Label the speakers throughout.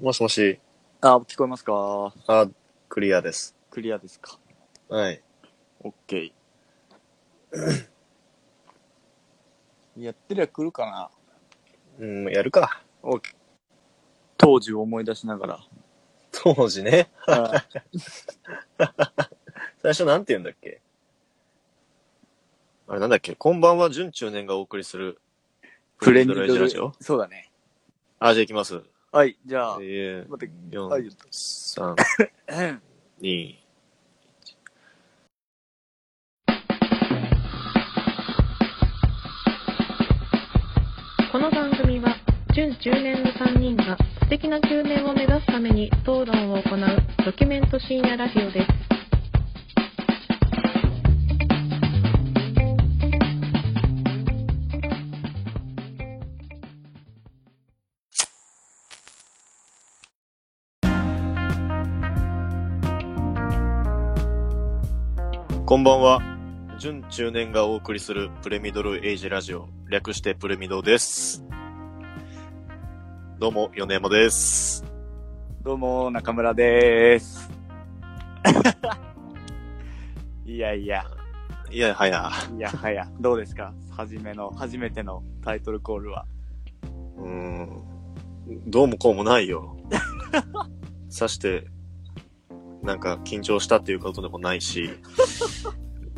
Speaker 1: もしもし。
Speaker 2: あ、聞こえますか
Speaker 1: あ、クリアです。
Speaker 2: クリアですか
Speaker 1: はい。
Speaker 2: ?OK。やってりゃ来るかな
Speaker 1: うん、やるか。
Speaker 2: お当時を思い出しな が
Speaker 1: 当時ね。
Speaker 2: ら。はい
Speaker 1: 最初なんて言うんだっけあれなんだっけこんばんは、準中年がお送りする。
Speaker 2: フレンドル
Speaker 1: エイジラジオ
Speaker 2: そうだね。
Speaker 1: あ、じゃあ行きます。
Speaker 2: はい、じゃあ、
Speaker 1: え
Speaker 2: 待って
Speaker 1: ー、
Speaker 2: はい
Speaker 1: 4、3、2、
Speaker 3: この番組は準10年の3人が素敵な9年を目指すために討論を行うドキュメント深夜ラジオです。
Speaker 1: こんばんは。準中年がお送りするプレミドルエイジラジオ、略してプレミドです。どうも、米山です。
Speaker 2: どうも、中村です。 いやいや、
Speaker 1: いやはや。
Speaker 2: いやはや、どうですか初めの、初めてのタイトルコールは。
Speaker 1: うーん。どうもこうもないよ。 さして、なんか緊張したっていうことでもないし、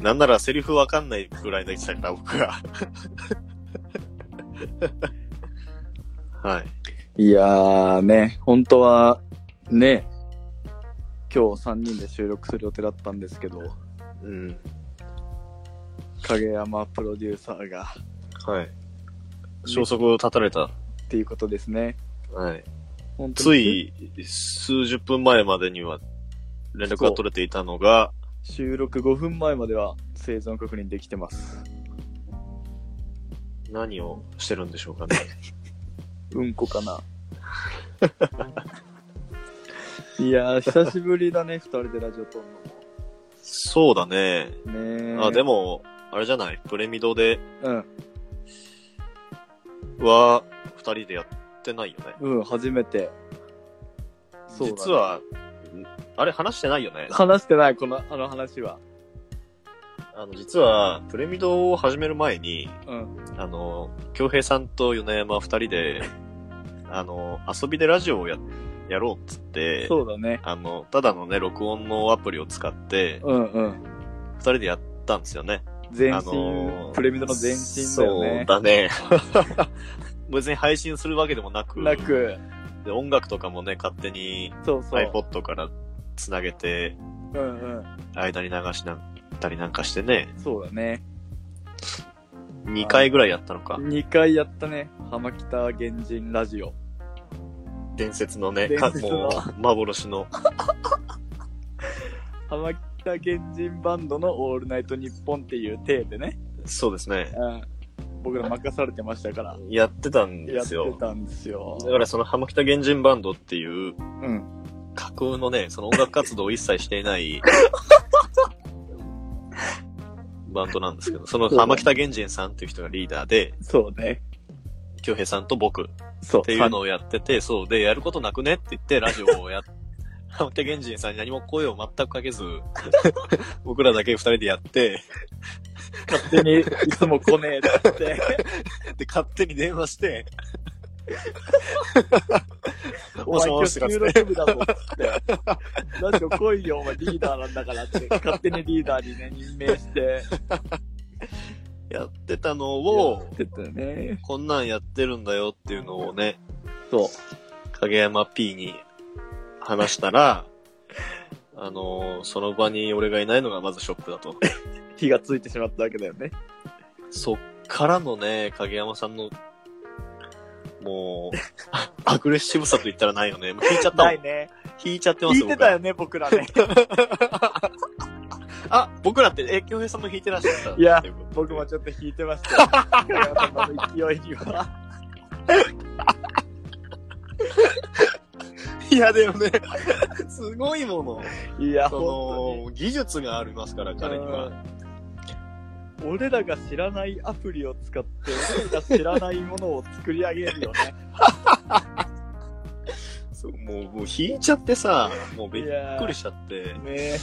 Speaker 1: なんならセリフわかんないくらいでしたから、僕は。 はい。
Speaker 2: いやーね、本当は、ね、今日3人で収録する予定だったんですけど、
Speaker 1: うん。
Speaker 2: 影山プロデューサーが、っ
Speaker 1: はい。消息を絶たれた。
Speaker 2: ていうことですね。
Speaker 1: はい。
Speaker 2: 本当
Speaker 1: つ
Speaker 2: に
Speaker 1: い数十分前までには連絡が取れていたのが、
Speaker 2: 収録5分前までは生存確認できてます。
Speaker 1: 何をしてるんでしょうかね。
Speaker 2: うんこ かな。いやー、久しぶりだね、2人でラジオ撮る
Speaker 1: そうだね。
Speaker 2: のも。ねー
Speaker 1: あ、で。も、あれじゃないプレミドで
Speaker 2: うん、
Speaker 1: は、二人でやってないよね。
Speaker 2: うん、初めて。そうだね
Speaker 1: 実は、あれ話してない よね。
Speaker 2: 話してない、この、あの話は。
Speaker 1: あの、実は、プレミドを始める前に、
Speaker 2: うん。
Speaker 1: あの、京平さんと米山二人 で、あの、遊びでラジオをや、やろうっつって、
Speaker 2: そうだね。
Speaker 1: あの、ただのね、録音のアプリを使って、
Speaker 2: うんうん。
Speaker 1: 二人でやったんですよね。
Speaker 2: 全身、
Speaker 1: あのー
Speaker 2: プレミドの全身だよ
Speaker 1: そう
Speaker 2: ね。
Speaker 1: だね。 別に配信するわけでもなく、
Speaker 2: なく、
Speaker 1: で音楽とかもね、勝手に
Speaker 2: そうそう。
Speaker 1: iPod から繋げて、
Speaker 2: うんうん。
Speaker 1: 間に流しなったりなんかしてね、
Speaker 2: そうだね。
Speaker 1: 2回ぐらいやったのか。
Speaker 2: 2回やったね。浜北原人ラジオ。
Speaker 1: 伝説のね、
Speaker 2: 伝
Speaker 1: か
Speaker 2: 説
Speaker 1: も
Speaker 2: の
Speaker 1: う、幻の。
Speaker 2: 浜北原人バンドのオールナイトニッポンっていう体でね。
Speaker 1: そうですね。
Speaker 2: うん。僕ら任されてましたから。
Speaker 1: やってたん
Speaker 2: や
Speaker 1: で
Speaker 2: っ
Speaker 1: す
Speaker 2: て
Speaker 1: よ。
Speaker 2: たんですよ。
Speaker 1: だからその、浜北原人バンドっていう、
Speaker 2: うん。
Speaker 1: 架空のね、その音楽活動を一切してい ない、バンドなんですけど、その浜北原人さんっていう人がリーダーで、
Speaker 2: そうね。
Speaker 1: 京平さんと僕っ
Speaker 2: そう。
Speaker 1: ていうのをやってて、そう、で、やることなくねって言って、ラジオをやっ 浜北原人さんに何も声を全くかけず、 僕らだけ二人でやって、
Speaker 2: 勝手に、いつも来ねえって。
Speaker 1: で、勝手に電話 して、
Speaker 2: お
Speaker 1: もし
Speaker 2: 前今
Speaker 1: も
Speaker 2: 日
Speaker 1: し
Speaker 2: 収
Speaker 1: とかっつって
Speaker 2: 録部だぞっつって。ラジオ来いよ、お前リーダーなんだからって。勝手にリーダーにね、任命して。
Speaker 1: やってたのを
Speaker 2: や、ってたね。
Speaker 1: こんなんやってるんだよっていうのをね、
Speaker 2: そう。
Speaker 1: 影山 P に話したら、あのーその場に俺がいないのがまずショックだと。
Speaker 2: 火がついてしまったわけだよね。
Speaker 1: そっからのね、影山さんの、 もう、アグレッシブさと言ったらないよね。もう引いちゃったも
Speaker 2: なんい。ね。
Speaker 1: 引いちゃってます
Speaker 2: 聞いてたよ
Speaker 1: 僕
Speaker 2: ね、僕ら ね。
Speaker 1: らあ、僕らって、え、京平さんも引いてらっしゃった
Speaker 2: いや
Speaker 1: とうことで
Speaker 2: 僕もちょっと引いてましたよ。影山さんの勢いには。
Speaker 1: いや、でもね、 すごいもの。
Speaker 2: いや、本
Speaker 1: その、技術がありますから、
Speaker 2: 当
Speaker 1: 彼
Speaker 2: に。
Speaker 1: には。
Speaker 2: うん俺らが知らないアプリを使って、 俺らが知らないものを作り上げるよね。
Speaker 1: そうもう、もう引いちゃってさ、もうびっくりしちゃって、
Speaker 2: ね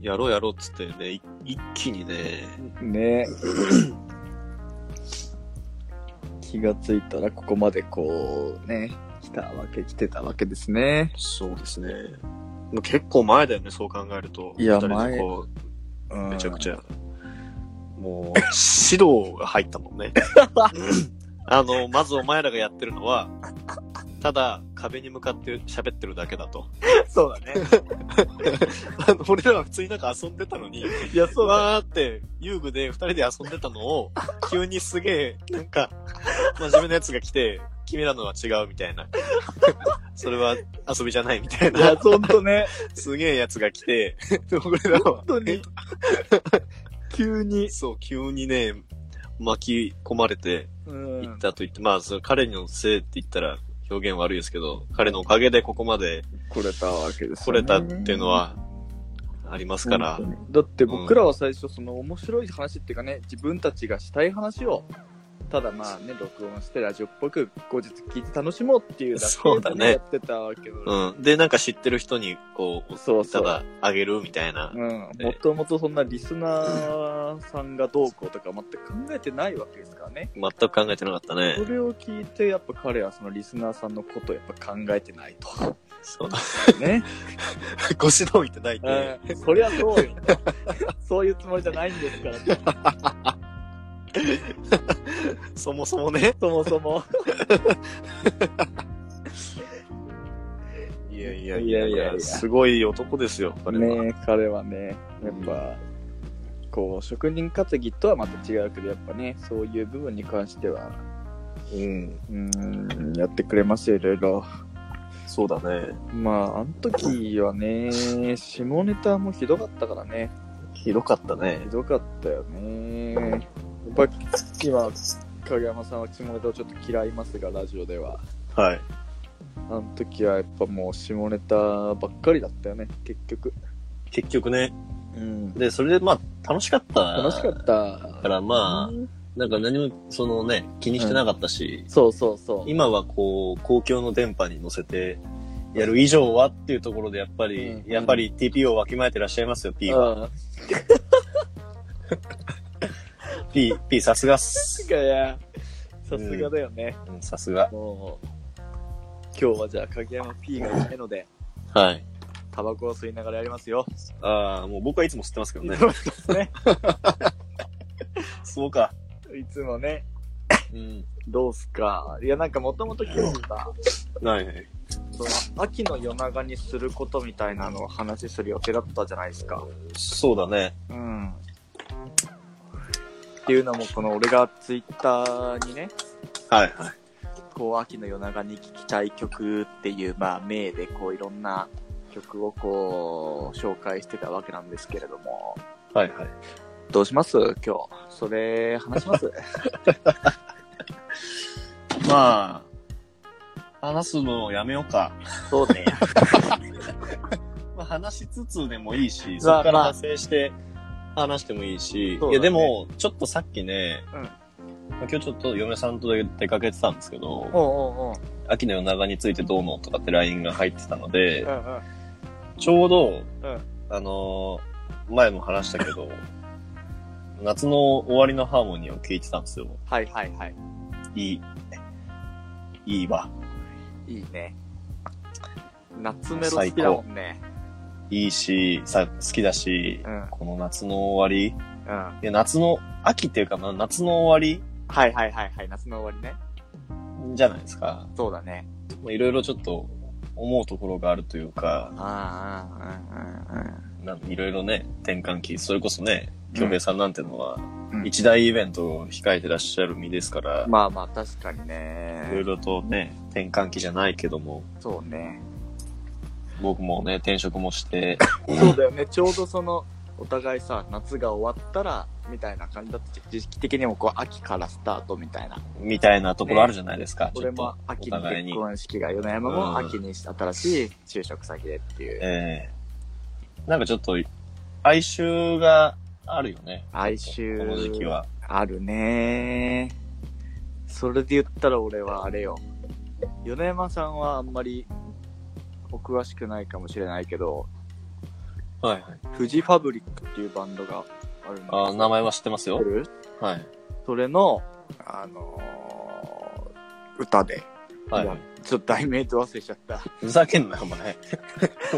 Speaker 1: やろうやろうっつってね、い一気にね、
Speaker 2: ね 気がついたらここまでこうね来たわけ来てたわけですね
Speaker 1: そうですね。もう結構前だよね、そう考えると。
Speaker 2: いや
Speaker 1: 二人でこう、
Speaker 2: め
Speaker 1: めちゃくちゃ。もう、指導が入ったもんね。あの、まずお前らがやってるのは、ただ壁に向かって喋ってるだけだと。
Speaker 2: そうだね
Speaker 1: あの俺らは普通になんか遊んでたのに、
Speaker 2: いやそうだ
Speaker 1: わーって遊具で二人で遊んでたのを、急にすげえ、なんか、真面目なやつが来て、君らのは違うみたいな。それは遊びじゃないみたい
Speaker 2: いや
Speaker 1: な。
Speaker 2: ほんとね
Speaker 1: すげえやつが来 て、で俺らは
Speaker 2: 本、当に急に
Speaker 1: そう、急にね、巻き込まれて
Speaker 2: う
Speaker 1: い
Speaker 2: ん
Speaker 1: ったと言って、まあ、それ彼のせいって言ったら表現悪いですけど、彼のおかげでここまで
Speaker 2: 来れたわけです
Speaker 1: 来
Speaker 2: よね
Speaker 1: れたっていうのはありますから、
Speaker 2: 本当にだって僕らは最初その面白い話っていうかね自分たちがしたい話をただまあね録音してラジオっぽく後日聞いて楽しもうっていうだけ
Speaker 1: そう
Speaker 2: で
Speaker 1: だ
Speaker 2: ね
Speaker 1: ね
Speaker 2: やってたわけど、
Speaker 1: うん。で、なんか知ってる人に、こう、
Speaker 2: そうそ
Speaker 1: た
Speaker 2: う
Speaker 1: だあげるみたいな。
Speaker 2: うん、もともとそんなリスナーさんがどうこうとか全く考えてないわけですからね。
Speaker 1: 全く考えてなかったね
Speaker 2: そ。れを聞いて、やっぱ彼はそのリスナーさんのことをやっぱ考えてないと。
Speaker 1: そう。
Speaker 2: ね。
Speaker 1: ご指導いただいて、
Speaker 2: うん、そりゃそうよ。そういうつもりじゃないんですから、
Speaker 1: そもそもね。
Speaker 2: そもそも。
Speaker 1: い
Speaker 2: やいやいやいや
Speaker 1: すごい男ですよ、彼は。
Speaker 2: ね彼はね、やっぱ、こう、職人担ぎとはまた違うけど、やっぱね、そういう部分に関しては、
Speaker 1: うん。
Speaker 2: うん、やってくれますよ、いろいろ。
Speaker 1: そうだね。
Speaker 2: まあ、あの時はね、下ネタもひどかったからね。
Speaker 1: ひどかったね
Speaker 2: ひ。どかったよね。やっぱ今、影山さんは下ネタをちょっと嫌いますが、ラジオでは。
Speaker 1: はい。
Speaker 2: あの時はやっぱもう下ネタばっかりだったよね、結局。
Speaker 1: 結局ね。
Speaker 2: うん。
Speaker 1: で、それでまあ、楽しかった。
Speaker 2: 楽しかっ
Speaker 1: だ
Speaker 2: た。
Speaker 1: からま
Speaker 2: うん
Speaker 1: あ、なんか何も、そのね、気にしてなかったし、
Speaker 2: そうそうそう。
Speaker 1: 今はこう、公共の電波に乗せて、やる以上はっていうところで、やっぱり、
Speaker 2: うん
Speaker 1: やっぱり TPO をわきまえてらっしゃいますよ、P は。
Speaker 2: うん
Speaker 1: P、P さすがっす
Speaker 2: い。やいや、さすがだよね。
Speaker 1: うんさすが。
Speaker 2: もう、今日はじゃあ影山 P がいないので、
Speaker 1: はい。
Speaker 2: タバコを吸いながらやりますよ。
Speaker 1: ああ、もう僕はいつも吸ってますけどね。
Speaker 2: ね
Speaker 1: そうか。
Speaker 2: いつもね、
Speaker 1: うん。
Speaker 2: どうすか。いや、なんかもともと今日さ、
Speaker 1: はいはい。
Speaker 2: その秋の夜長にすることみたいなのを話する予定だったじゃないですか。
Speaker 1: そうだね。
Speaker 2: うん。っていうのも、この俺がツイッターにね、
Speaker 1: はいはい。
Speaker 2: こう、秋の夜長に聴きたい曲っていう、まあ、名で、こう、いろんな曲をこう、紹介してたわけなんですけれども、
Speaker 1: はいはい。
Speaker 2: どうします今日。それ、話します
Speaker 1: まあ、話すのをやめようか。
Speaker 2: そうね。
Speaker 1: まあ、話しつつでもいいし、そ
Speaker 2: まあ
Speaker 1: こから派生して話してもいいし、
Speaker 2: そ
Speaker 1: い
Speaker 2: うだね
Speaker 1: やでも、ちょっとさっきね、
Speaker 2: うん
Speaker 1: まあ今日ちょっと嫁さんと出かけてたんですけど、
Speaker 2: おうおうおう。
Speaker 1: 秋の夜長についてどうのとかって LINE が入ってたので
Speaker 2: う、んうん。
Speaker 1: ちょうど、
Speaker 2: うん
Speaker 1: あのー前も話したけど、 夏の終わりのハーモニーを聞いてたんですよ。
Speaker 2: はいはいはい。
Speaker 1: いい。いいわ。
Speaker 2: いいね。夏メロ好きだもんね。
Speaker 1: いいし、さ、好きだし、
Speaker 2: うん。うん。
Speaker 1: この夏の終わり
Speaker 2: はい
Speaker 1: や、夏の、秋っていうか、まあ、夏の終わ
Speaker 2: いはいはいはい。夏の終わりね。
Speaker 1: りじゃないですか。
Speaker 2: そうだね。
Speaker 1: まあいろいろちょっと思うところがあるというか、
Speaker 2: ああ、うんうん
Speaker 1: なんいろいろね、転換期、それこそね、京平さんなんてのは、
Speaker 2: うん
Speaker 1: 一大イベントを控えてらっしゃる身ですから、
Speaker 2: まあまあ、確かに
Speaker 1: いろい
Speaker 2: ね。
Speaker 1: ろとね、転換期じゃないけども、
Speaker 2: そうね。
Speaker 1: 僕もね、転職もして、
Speaker 2: そうだよね。ちょうどその、お互いさ、夏が終わったら、みたいな感じだったし時期的にもこう、秋からスタートみたいな。
Speaker 1: みたいなところあるじゃないですか。ちょ
Speaker 2: 俺
Speaker 1: っと
Speaker 2: も、秋
Speaker 1: お
Speaker 2: に
Speaker 1: 互いに
Speaker 2: 結。婚式が、米山
Speaker 1: うん
Speaker 2: も秋に新しい就職先でっていう。
Speaker 1: ええなんかちょっと、哀愁があるよね。
Speaker 2: 哀
Speaker 1: この時期
Speaker 2: 愁
Speaker 1: は。
Speaker 2: あるねそれで言ったら俺はあれよ。米山さんはあんまりお詳しくないかもしれないけど、
Speaker 1: はいはい。
Speaker 2: フジファブリックっていうバンドがあるん
Speaker 1: あー名前は知ってますよ。
Speaker 2: る
Speaker 1: はい。
Speaker 2: それの、あのー歌で、
Speaker 1: はい
Speaker 2: や。ちょっと題名と忘れちゃった。
Speaker 1: ふざけんな、お前。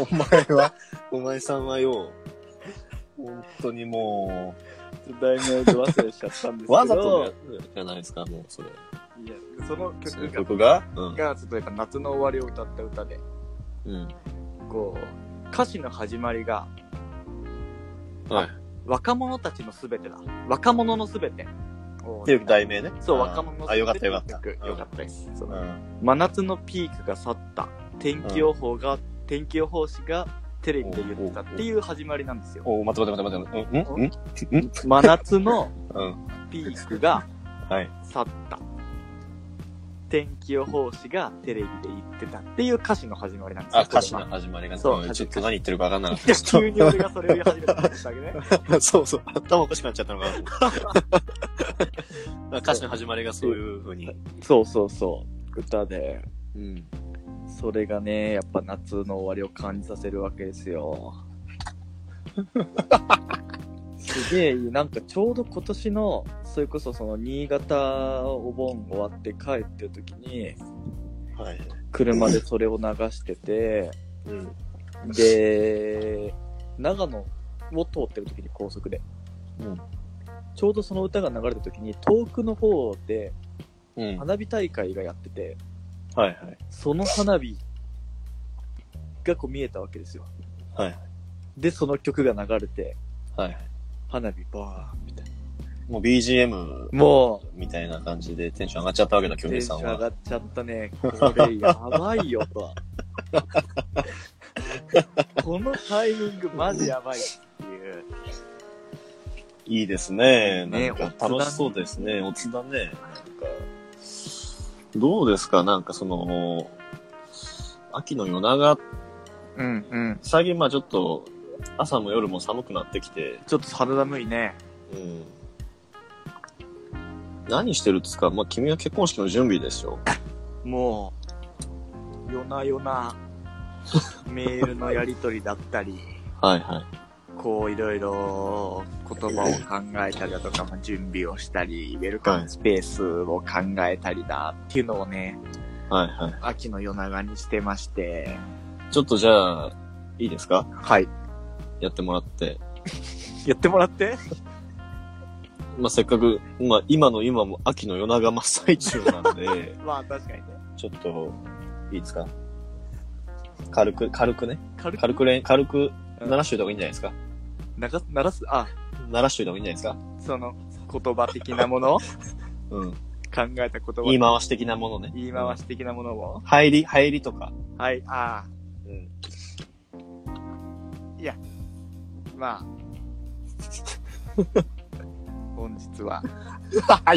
Speaker 4: お前 は、お前さんはよ、
Speaker 1: 本当にも
Speaker 2: 題名と忘れちゃったんですけ
Speaker 1: う、
Speaker 2: ど、
Speaker 1: わざとじゃないですか、もう、それ。
Speaker 2: いや、その
Speaker 1: その
Speaker 2: 曲が
Speaker 1: 曲が、うん。
Speaker 2: が、ちょっとやっぱ夏の終わりを歌った歌で、
Speaker 1: うん。
Speaker 2: こう、歌詞の始まりが、
Speaker 1: はい。
Speaker 2: 若者たちのすべてだ。若者のすべて。っ
Speaker 1: っていう題名ね。
Speaker 2: そう、
Speaker 1: あー
Speaker 2: 若者のすべて。
Speaker 1: あ、よかったよかった。
Speaker 2: よかったです。そうの
Speaker 1: ん。
Speaker 2: 真夏のピークが去った。天気予報が、天気予報士がテレビで言ってたっていう始まりなんですよ。
Speaker 1: おー待って待って待って待って。うんうん
Speaker 2: 真夏の
Speaker 1: うんうん。
Speaker 2: ピークが
Speaker 1: はい。
Speaker 2: 去った。天気予報士がテレビで言ってたっていう歌詞の始まりなんですよ
Speaker 1: あ、歌詞の始まりがね。
Speaker 2: そう
Speaker 1: うんちょっと何言ってるかわかんな かっ
Speaker 2: いや
Speaker 1: た。
Speaker 2: 急に俺がそれを言い始めたんですけどね。
Speaker 4: そうそう、頭おかしくなっちゃったのか な。歌詞の始まりがそういう風に。
Speaker 2: そうそうそう。歌で。
Speaker 1: うん。
Speaker 2: それがね、やっぱ夏の終わりを感じさせるわけです よ。すげえいい。なんかちょうど今年の、それこそその新潟お盆終わって帰ってる時に、
Speaker 4: はい。
Speaker 2: 車でそれを流してて、
Speaker 4: うん。
Speaker 2: で、長野を通ってる時に高速で。
Speaker 1: うん
Speaker 2: ちょうどその歌が流れた時に、遠くの方で
Speaker 1: うん。はい
Speaker 2: 花火大会がやってて、
Speaker 1: はい。
Speaker 2: その花火がこう見えたわけですよ。
Speaker 1: はい。
Speaker 2: で、その曲が流れて、
Speaker 1: はい。
Speaker 2: 花火バーンみたいな。
Speaker 1: もう BGM
Speaker 2: も
Speaker 1: みたいな感じでテンション上がっちゃったわけだ、
Speaker 2: う、
Speaker 1: 京
Speaker 2: テン
Speaker 1: 平
Speaker 2: シ
Speaker 1: さ
Speaker 2: ョン
Speaker 1: ん
Speaker 2: 上
Speaker 1: は。
Speaker 2: がっちゃったね。これやばいよと。このタイミングマジやばいっていう。
Speaker 1: いいですね。
Speaker 2: ね
Speaker 1: なんか
Speaker 2: おつだね
Speaker 1: 楽しそうですね。おつだね。なんか、どうですかなんかその、秋の夜長、
Speaker 2: うんうん。
Speaker 1: 最近まあちょっと、朝も夜も寒くなってきて、
Speaker 2: ちょっと肌寒いね。
Speaker 1: うん。何してるっつうか、まあ君は結婚式の準備でしょ。
Speaker 2: もう、夜な 夜な、メールのやりとりだったり、
Speaker 1: はいはい。
Speaker 2: こういろいろ言葉を考えたりだとか、まあ準備をしたり、ウェルカムスペースを考えたりだっていうのをね、
Speaker 1: はいはい。
Speaker 2: 秋の夜長にしてまして、
Speaker 1: ちょっとじゃあ、いいですか
Speaker 2: はい。
Speaker 1: やってもらって。
Speaker 2: やってもらって
Speaker 1: まあせっかく、まあ今の今も秋の夜長真っ最中なんで、
Speaker 2: まあ確かにね。
Speaker 1: ちょっと、いいですか軽く、軽くね。
Speaker 2: 軽く
Speaker 1: 軽くれ、軽く、
Speaker 2: うん
Speaker 1: 鳴らしといた方がいいんじゃないですか。
Speaker 2: 鳴らす、鳴らす、あ、
Speaker 1: 鳴らしといた方がいいんじゃないで
Speaker 2: その言葉的なも の考
Speaker 1: すか。うん。
Speaker 2: えた言葉。
Speaker 1: 言い回し的なものね。
Speaker 2: 言い回し的なものを。
Speaker 1: 入り、入りとか。
Speaker 2: はい、あ
Speaker 1: うん。
Speaker 2: あ、まあ。 本日は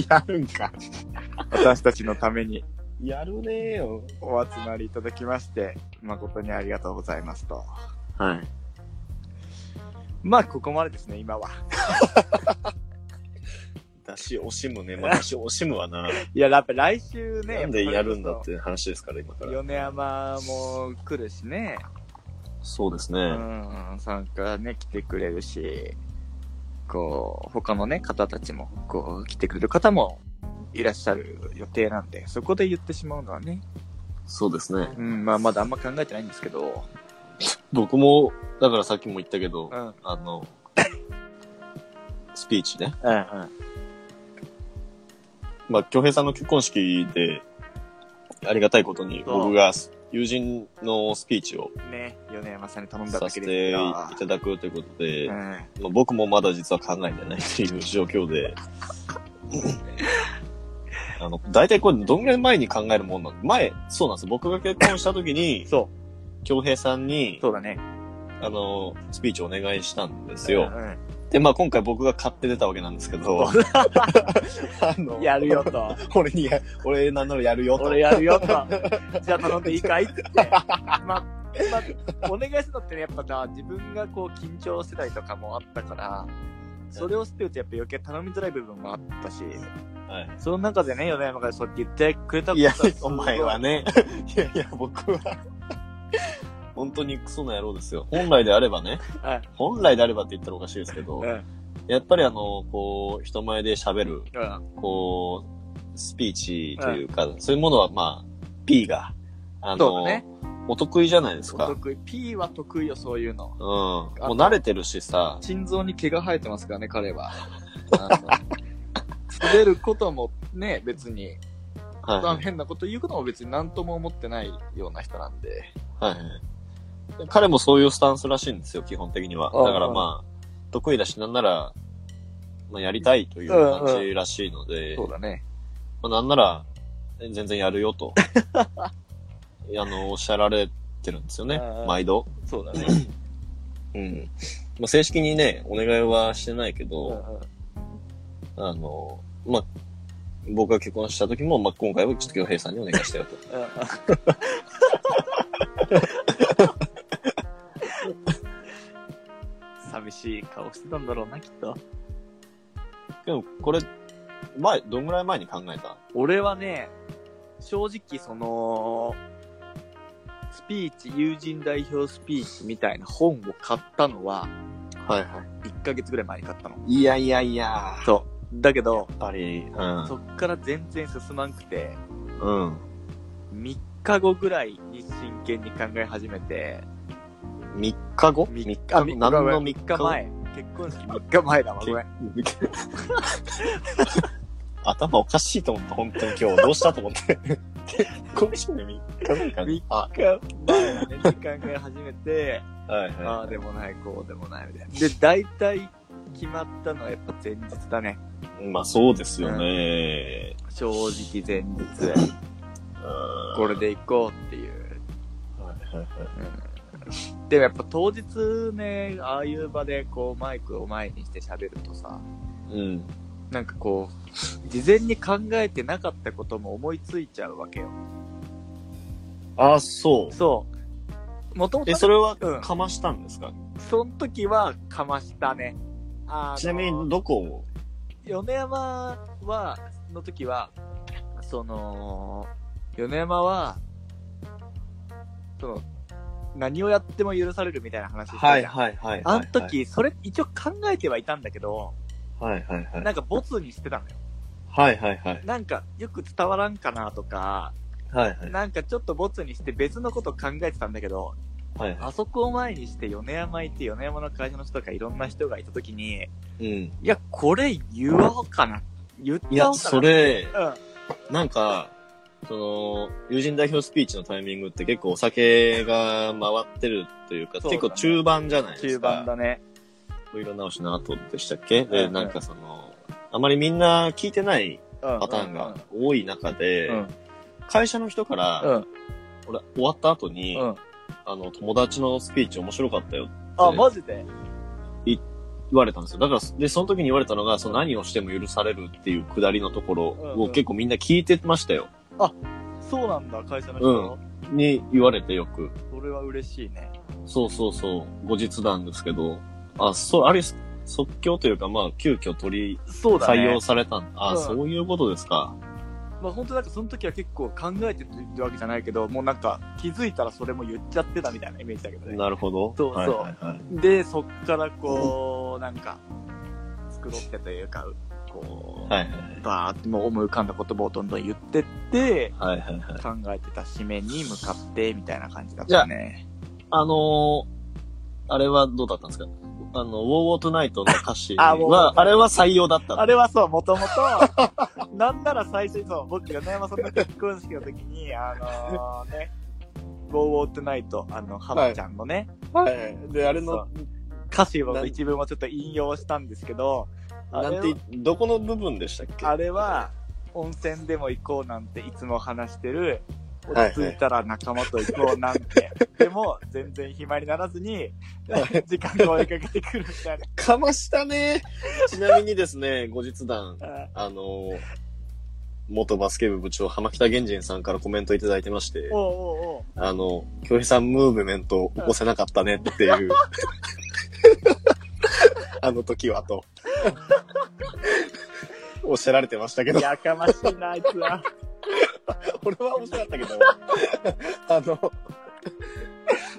Speaker 1: やるんか。
Speaker 2: 私たちのために
Speaker 1: やるねーよ。
Speaker 2: お集まりいただきまして、誠にありがとうございますと。
Speaker 4: はい。
Speaker 2: まあ、ここまでですね、今は。
Speaker 1: 出し惜しむね。まあ、出し惜しむわな。
Speaker 2: いや、やっぱ来週ね、
Speaker 1: なんでやるんだって話ですから、今から。
Speaker 2: 米山も来るしね、
Speaker 1: そうですね。
Speaker 2: うん、参加ね、来てくれるし、こう、他のね、方たちも、こう、来てくれる方もいらっしゃる予定なんで、そこで言ってしまうのはね、
Speaker 1: そうですね。
Speaker 2: うん、まあ、まだあんま考えてないんですけど、
Speaker 1: 僕も、だからさっきも言ったけど、
Speaker 2: うん、うん、
Speaker 1: あの、スピーチね。
Speaker 2: うん。
Speaker 1: まあ、京平さんの結婚式で、ありがたいことに、
Speaker 2: そう
Speaker 1: 僕が友人のスピーチを
Speaker 2: ね、米山さんに頼んだ
Speaker 1: さ
Speaker 2: だ
Speaker 1: せ
Speaker 2: け
Speaker 1: てい
Speaker 2: ですが
Speaker 1: ただくということで、
Speaker 2: う
Speaker 1: まあ
Speaker 2: ん、
Speaker 1: 僕もまだ実は考えてないっていう状況で、 あの、大体これどんぐらい前に考えるもんなの前、そうなんですよ僕が結婚した時に、
Speaker 2: そ
Speaker 1: 京平さん
Speaker 2: う、
Speaker 1: に、
Speaker 2: そうだね。
Speaker 1: あの、スピーチをお願いしたんです
Speaker 2: う
Speaker 1: よ。
Speaker 2: ん
Speaker 1: で、まあ今回僕が買って出たわけなんですけ ど、あの
Speaker 2: やるよと。
Speaker 1: 俺にや、俺なんならやるよと。
Speaker 2: 俺やるよと。じゃあ頼んでいいかいって。まあ、まあ、お願いするのってね、やっぱな、自分がこう緊張してたりとかもあったから、それを捨てるとやっぱ余計頼みづらい部分もあったし、
Speaker 1: はい。
Speaker 2: その中でね、米山がそうやって言ってくれたこと
Speaker 1: いや
Speaker 2: すごい、
Speaker 1: お前は。ね。いやいや、僕は。本当にクソな野郎ですよ。本来であればね。
Speaker 2: はい。
Speaker 1: 本来であればって言ったらおかしいですけど
Speaker 2: う、ん。
Speaker 1: やっぱりあの、こう、人前で喋る、
Speaker 2: うん。
Speaker 1: こう、スピーチというか、そういうものは、まあ、P が、あ
Speaker 2: そう
Speaker 1: の、
Speaker 2: だね。
Speaker 1: お得意じゃないです
Speaker 2: お
Speaker 1: か。うん。
Speaker 2: 得意。P は得意よ、そういうの。
Speaker 1: もう慣れてるしさ、
Speaker 2: 心臓に毛が生えてますからね、彼 は。あの滑ることもね、別に、
Speaker 1: は
Speaker 2: 変なこと言うことも別に何とも思ってないような人なんで。
Speaker 1: い。はい。彼もそういうスタンスらしいんですよ、基本的には。
Speaker 2: ああ
Speaker 1: だからまあ、得意だし、なんなら、まあ、やりたいという感じらしいので、
Speaker 2: そうだね。
Speaker 1: まあ、なんなら、全然やるよと、 あの、おっしゃられてるんですよね
Speaker 2: ああ、
Speaker 1: 毎度。
Speaker 2: そうだね。
Speaker 1: うん。まあ、正式にね、お願いはしてないけ
Speaker 2: うん
Speaker 1: ど、
Speaker 2: うん
Speaker 1: あの、まあ、僕が結婚した時も、まあ、今回はちょっと京平さんにお願いしたよと。
Speaker 2: 寂しい顔してたんだろうな、きっと。
Speaker 1: でも、これ、前、どんぐらい前に考えた
Speaker 2: 俺はね、正直その、スピーチ、友人代表スピーチみたいな本を買ったのは、
Speaker 1: はいは
Speaker 2: 1ヶ月ぐらい前に買ったの。
Speaker 1: い。いやいやいや。や
Speaker 2: そう。だけど、
Speaker 1: っぱり、うん。
Speaker 2: そっから全然進まんくて、
Speaker 1: うん。
Speaker 2: 3日後ぐらいに真剣に考え始めて、
Speaker 1: 3日後
Speaker 2: 三
Speaker 1: 三
Speaker 2: あ
Speaker 1: 後何の
Speaker 2: 三
Speaker 1: 3
Speaker 2: 日
Speaker 1: 日
Speaker 2: 前。結婚式3日前だわ、ごめん。
Speaker 1: け 頭おかしいと思った、本当に今日。どうしたと思って。結婚式の3日前か
Speaker 2: 三
Speaker 1: な。はい
Speaker 2: 3日前だね、時間が始めて、
Speaker 1: はい
Speaker 2: あ
Speaker 1: は
Speaker 2: あでもない、こうでもないみたいな。で、大体決まったのはやっぱ前日だね。
Speaker 1: い。まあそうですよね。
Speaker 2: 正直
Speaker 1: う
Speaker 2: 前日。
Speaker 1: ん
Speaker 2: これで行こうっていう。
Speaker 1: はいはいはい
Speaker 2: でもやっぱ当日ね、ああいう場でこうマイクを前にして喋るとさ、
Speaker 1: うん。
Speaker 2: なんかこう、事前に考えてなかったことも思いついちゃうわけよ。
Speaker 1: あ、そ
Speaker 2: そう。もとも
Speaker 1: う。え、
Speaker 2: と
Speaker 1: それは
Speaker 2: うん
Speaker 1: かましたんですか、
Speaker 2: その時はかましたね。あの
Speaker 1: ちなみにどこを
Speaker 2: 米山は、の時は、その、米山は、その、何をやっても許されるみたいな話してたじゃん。
Speaker 1: はいはい
Speaker 2: あの。時、それ一応考えてはいたんだけど、
Speaker 1: はいはいはい。
Speaker 2: なんかボツにしてたのよ。
Speaker 1: はいはいはい。
Speaker 2: なんかよく伝わらんかなとか、
Speaker 1: はいはい。
Speaker 2: なんかちょっとボツにして別のこと考えてたんだけど、
Speaker 1: はいは
Speaker 2: あそこを前にして米山行って米山の会社の人とかいろんな人がいた時に、
Speaker 1: い。うん。
Speaker 2: いや、これ言おうかな。言ったおうかな。
Speaker 1: いや、そ。れ、
Speaker 2: うん。
Speaker 1: なんか、その、友人代表スピーチのタイミングって結構お酒が回ってるというか、
Speaker 2: そうだね
Speaker 1: 結構中盤じゃないですか。
Speaker 2: 中盤だね。
Speaker 1: お色直しの後でしたっけで、
Speaker 2: うん
Speaker 1: なんかその、あまりみんな聞いてない
Speaker 2: パ
Speaker 1: パターンが多い中で、
Speaker 2: うん。
Speaker 1: 会社の人から、
Speaker 2: うん。
Speaker 1: 俺、終わった後に、
Speaker 2: うん。
Speaker 1: あの、友達のスピーチ面白かったよって
Speaker 2: あ、マジで
Speaker 1: 言われたんですよ。だから、で、その時に言われたのが、その何をしても許されるっていうくだりのところ
Speaker 2: うんう
Speaker 1: を
Speaker 2: ん
Speaker 1: 結構みんな聞いてましたよ。
Speaker 2: そうなんだ、会社の人。
Speaker 1: に言われてよく。
Speaker 2: それは嬉しいね。
Speaker 1: そうそうそう、後日談ですけど、あ、そう、あれ、即興というか、まあ、急遽取り、
Speaker 2: そうだ
Speaker 1: 採
Speaker 2: ね。
Speaker 1: 用されたんあ、
Speaker 2: うん
Speaker 1: そういうことですか。
Speaker 2: まあ本当なんかその時は結構考えてるわけじゃないけど、もうなんか気づいたらそれも言っちゃってたみたいなイメージだけどね。
Speaker 1: なるほど。
Speaker 2: そうそう
Speaker 1: はいはいはい
Speaker 2: で、そっからこう、なんか、作ろってというか、こう、
Speaker 1: はいはい
Speaker 2: バーってもう思い浮かんだ言葉をどんどん言ってって、
Speaker 1: はいはいはい。
Speaker 2: 考えてた締めに向かって、みたいな感じだったね。
Speaker 1: あのー、あれはどうだったんですかあの、ウォーウォートナイトの歌詞
Speaker 2: あ War War
Speaker 1: は、あれは採用だった
Speaker 2: あ
Speaker 1: の。
Speaker 2: れはそう、もともと、なんなら最初にそう、僕、米山さんの結婚式の時に、あのね、Go Out Night、あの、花ちゃんのね、
Speaker 1: はい。で、あれ
Speaker 2: そ
Speaker 1: の
Speaker 2: う、歌詞を
Speaker 1: なん
Speaker 2: 一文をちょっと引用したんですけど、あ
Speaker 1: な
Speaker 2: れ
Speaker 1: んて、どこの部分でしたっけ
Speaker 2: あれは、温泉でも行こうなんていつも話してる、落ち着いたら仲間と行こうなん て、でも全然暇にならずに、時間が追いかけてくるみたいな。
Speaker 1: かましたね。 ちなみにですね、後日談、
Speaker 2: あ
Speaker 1: あのー、元バスケ部部長、浜北源人さんからコメントいただいてまして、
Speaker 2: おうおうおう
Speaker 1: あの、京平さんムーブメント起こせなかったねっていう、あの時はと。
Speaker 5: おっしゃられてましたけど、
Speaker 2: やかましいな、あいつ は。
Speaker 5: 俺は面白かったけど、あの、